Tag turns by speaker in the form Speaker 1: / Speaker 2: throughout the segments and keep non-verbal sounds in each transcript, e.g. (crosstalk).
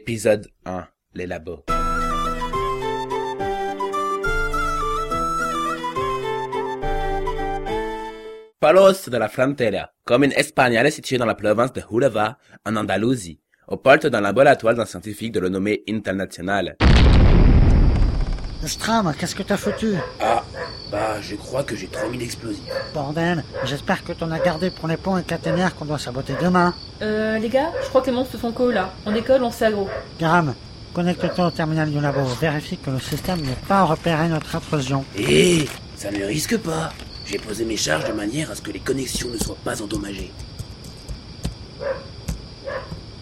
Speaker 1: Épisode 1. Les labos. Palos de la Frontera, commune espagnole située dans la province de Huelva, en Andalousie, aux portes d'un laboratoire d'un scientifique de renommée internationale.
Speaker 2: Stram, qu'est-ce que t'as foutu
Speaker 1: Ah, bah, je crois que j'ai trop mis d'explosifs.
Speaker 2: Bordel, j'espère que t'en as gardé pour les ponts et caténaires qu'on doit saboter demain.
Speaker 3: Euh, les gars, je crois que les monstres se font co là. On décolle, on s'agro.
Speaker 2: Garam, connecte-toi au terminal du labo. Vérifie que le système n'ait pas repéré notre intrusion.
Speaker 4: Hé Eh, Ça ne risque pas J'ai posé mes charges de manière à ce que les connexions ne soient pas endommagées.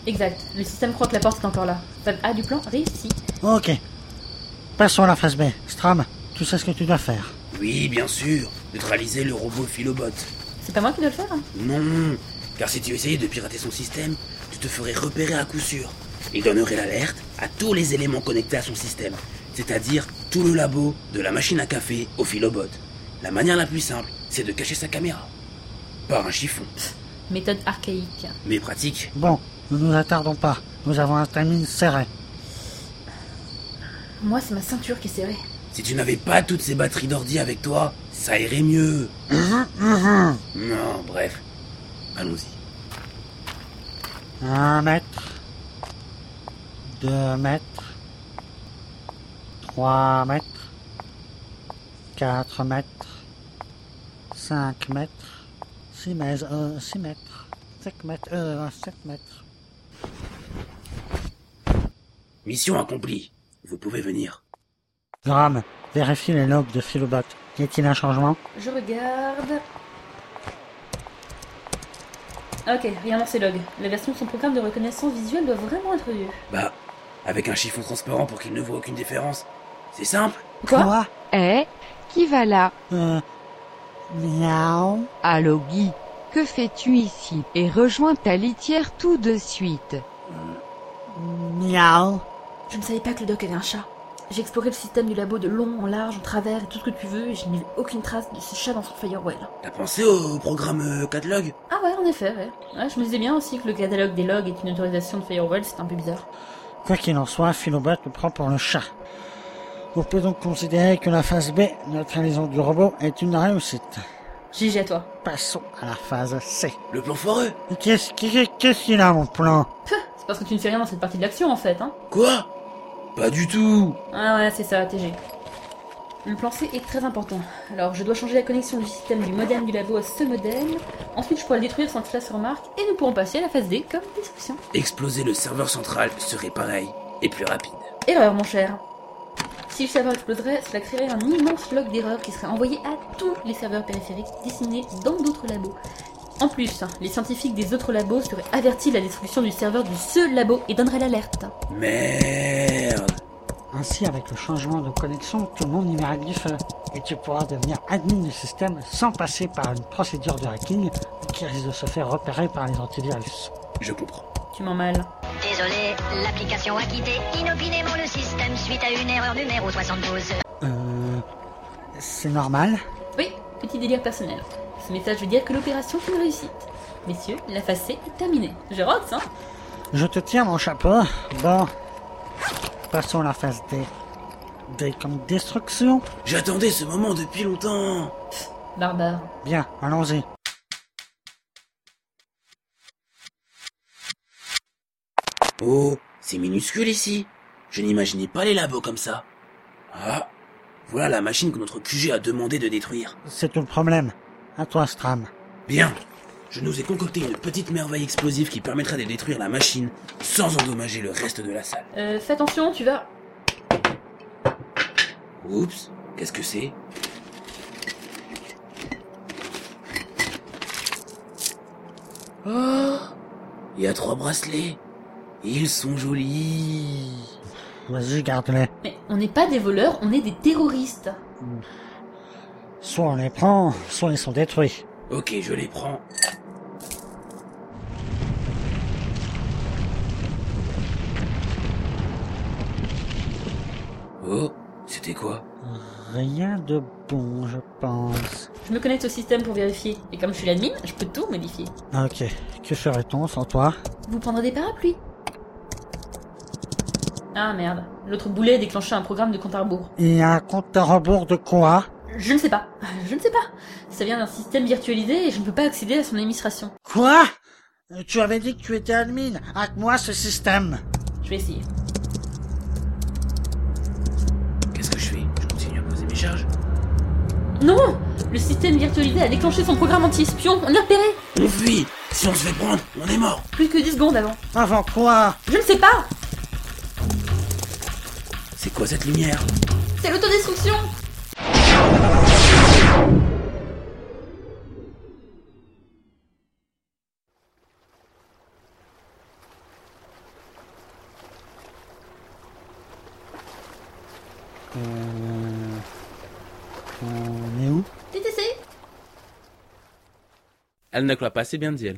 Speaker 3: Exact. Le système croit que la porte est encore là. Stade A du plan réussi.
Speaker 2: Ok. Passons à la phase B. Stram, tu sais ce que tu dois faire.
Speaker 4: Oui, bien sûr Neutraliser le robot Philobot.
Speaker 3: C'est pas moi qui dois le faire. hein.
Speaker 4: Non Car si tu essayais de pirater son système, tu te ferais repérer à coup sûr. Il donnerait l'alerte à tous les éléments connectés à son système, c'est-à-dire tout le labo, de la machine à café au Philobot. La manière la plus simple, c'est de cacher sa caméra. Par un chiffon,
Speaker 3: Méthode archaïque.
Speaker 4: mais pratique.
Speaker 2: Bon, ne nous attardons pas. Nous avons un timing serré.
Speaker 3: Moi, c'est ma ceinture qui est serrée.
Speaker 4: Si tu n'avais pas toutes ces batteries d'ordi avec toi, ça irait mieux.
Speaker 2: Mhm.
Speaker 4: Non, bref. Allons-y.
Speaker 2: Un mètre. Deux mètres. Trois mètres. Quatre mètres. Cinq mètres. Six mètres. Euh, six mètres. Cinq mètres. Euh, sept mètres.
Speaker 4: Mission accomplie. Vous pouvez venir.
Speaker 2: Gramme, vérifie les logs de Philobot. Y a-t-il un changement
Speaker 3: Je regarde. Ok, rien dans ces logs. La version de son programme de reconnaissance visuelle doit vraiment être vieux.
Speaker 4: Bah, avec un chiffon transparent pour qu'il ne voit aucune différence. C'est simple.
Speaker 5: Eh, qui va là
Speaker 2: Euh... Miaou
Speaker 5: Allô Guy, que fais-tu ici Et rejoins ta litière tout de suite.
Speaker 2: Miaou
Speaker 3: Je ne savais pas que le doc avait un chat. J'ai exploré le système du labo de long en large, en travers et tout ce que tu veux, et je n'ai vu aucune trace de ce chat dans son firewall.
Speaker 4: T'as pensé au programme euh, catalogue
Speaker 3: Ah ouais, en effet, ouais. Ouais, je me disais bien aussi que le catalogue des logs est une autorisation de firewall, c'est un peu bizarre.
Speaker 2: Quoi qu'il en soit, Philobot le prend pour le chat. On peut donc considérer que la phase B, neutralisant du robot, est une réussite.
Speaker 3: GG à toi.
Speaker 2: Passons à la phase C.
Speaker 4: Le plan foreux
Speaker 2: Qu'est-ce qu'est- qu'est-ce qu'il a mon plan
Speaker 3: C'est parce que tu ne fais rien dans cette partie de l'action en fait, hein.
Speaker 4: Quoi Pas du tout
Speaker 3: Ah ouais, c'est ça, TG. Le plan C est très important. Alors, je dois changer la connexion du système du modem du labo à ce modem. Ensuite, je pourrai le détruire sans que cela se remarque et nous pourrons passer à la phase D comme discussion.
Speaker 4: Exploser le serveur central serait pareil, et plus rapide.
Speaker 3: Erreur, mon cher. Si le serveur exploserait, cela créerait un immense log d'erreurs qui serait envoyé à tous les serveurs périphériques dessinés dans d'autres labos. En plus, les scientifiques des autres labos seraient avertis de la destruction du serveur du seul labo et donneraient l'alerte.
Speaker 4: Merde
Speaker 2: Ainsi, avec le changement de connexion, tout le monde y verra du feu. Et tu pourras devenir admin du système sans passer par une procédure de hacking qui risque de se faire repérer par les antivirus.
Speaker 4: Je comprends.
Speaker 3: Tu m'en mal.
Speaker 6: Désolé, l'application a quitté inopinément le système suite à une erreur numéro 72.
Speaker 2: Euh... C'est normal
Speaker 3: Oui, petit délire personnel. Ce message veut dire que l'opération fut une réussite. Messieurs, la phase C est terminée. Je rox, hein
Speaker 2: Je te tiens mon chapeau. Bon. Passons à la phase D. D comme destruction
Speaker 4: J'attendais ce moment depuis longtemps
Speaker 3: Barbare.
Speaker 2: Bien, allons-y.
Speaker 4: Oh, c'est minuscule ici. Je n'imaginais pas les labos comme ça. Ah, voilà la machine que notre QG a demandé de détruire.
Speaker 2: C'est tout le problème. À toi, Stram.
Speaker 4: Bien. Je nous ai concocté une petite merveille explosive qui permettra de détruire la machine sans endommager le reste de la salle.
Speaker 3: Euh, fais attention, tu vas...
Speaker 4: Oups, qu'est-ce que c'est Oh Il y a trois bracelets. Ils sont jolis.
Speaker 2: Vas-y, garde-les.
Speaker 3: Mais on n'est pas des voleurs, on est des terroristes.
Speaker 2: Soit on les prend, soit ils sont détruits.
Speaker 4: Ok, je les prends. Oh, c'était quoi
Speaker 2: Rien de bon, je pense.
Speaker 3: Je me connecte au système pour vérifier. Et comme je suis l'admin, je peux tout modifier.
Speaker 2: Ok, que ferait-on sans toi
Speaker 3: Vous prendrez des parapluies Ah merde. L'autre boulet déclencha un programme de compte à rebours.
Speaker 2: Et un compte à rebours de quoi
Speaker 3: Je ne sais pas. (laughs) Je ne sais pas. Ça vient d'un système virtualisé et je ne peux pas accéder à son administration.
Speaker 2: Quoi Euh, Tu avais dit que tu étais admin. Avec moi ce système.
Speaker 3: Je vais essayer.
Speaker 4: Qu'est-ce que je fais Je continue à poser mes charges
Speaker 3: Non Le système virtualisé a déclenché son programme anti-espion. On l'a repéré
Speaker 4: On fuit Si on se fait prendre, on est mort
Speaker 3: Plus que 10 secondes avant.
Speaker 2: Avant quoi
Speaker 3: Je ne sais pas
Speaker 4: C'est quoi cette lumière
Speaker 3: C'est l'autodestruction
Speaker 2: Euh... On est où
Speaker 3: TTC
Speaker 1: Elle ne croit pas si bien dire.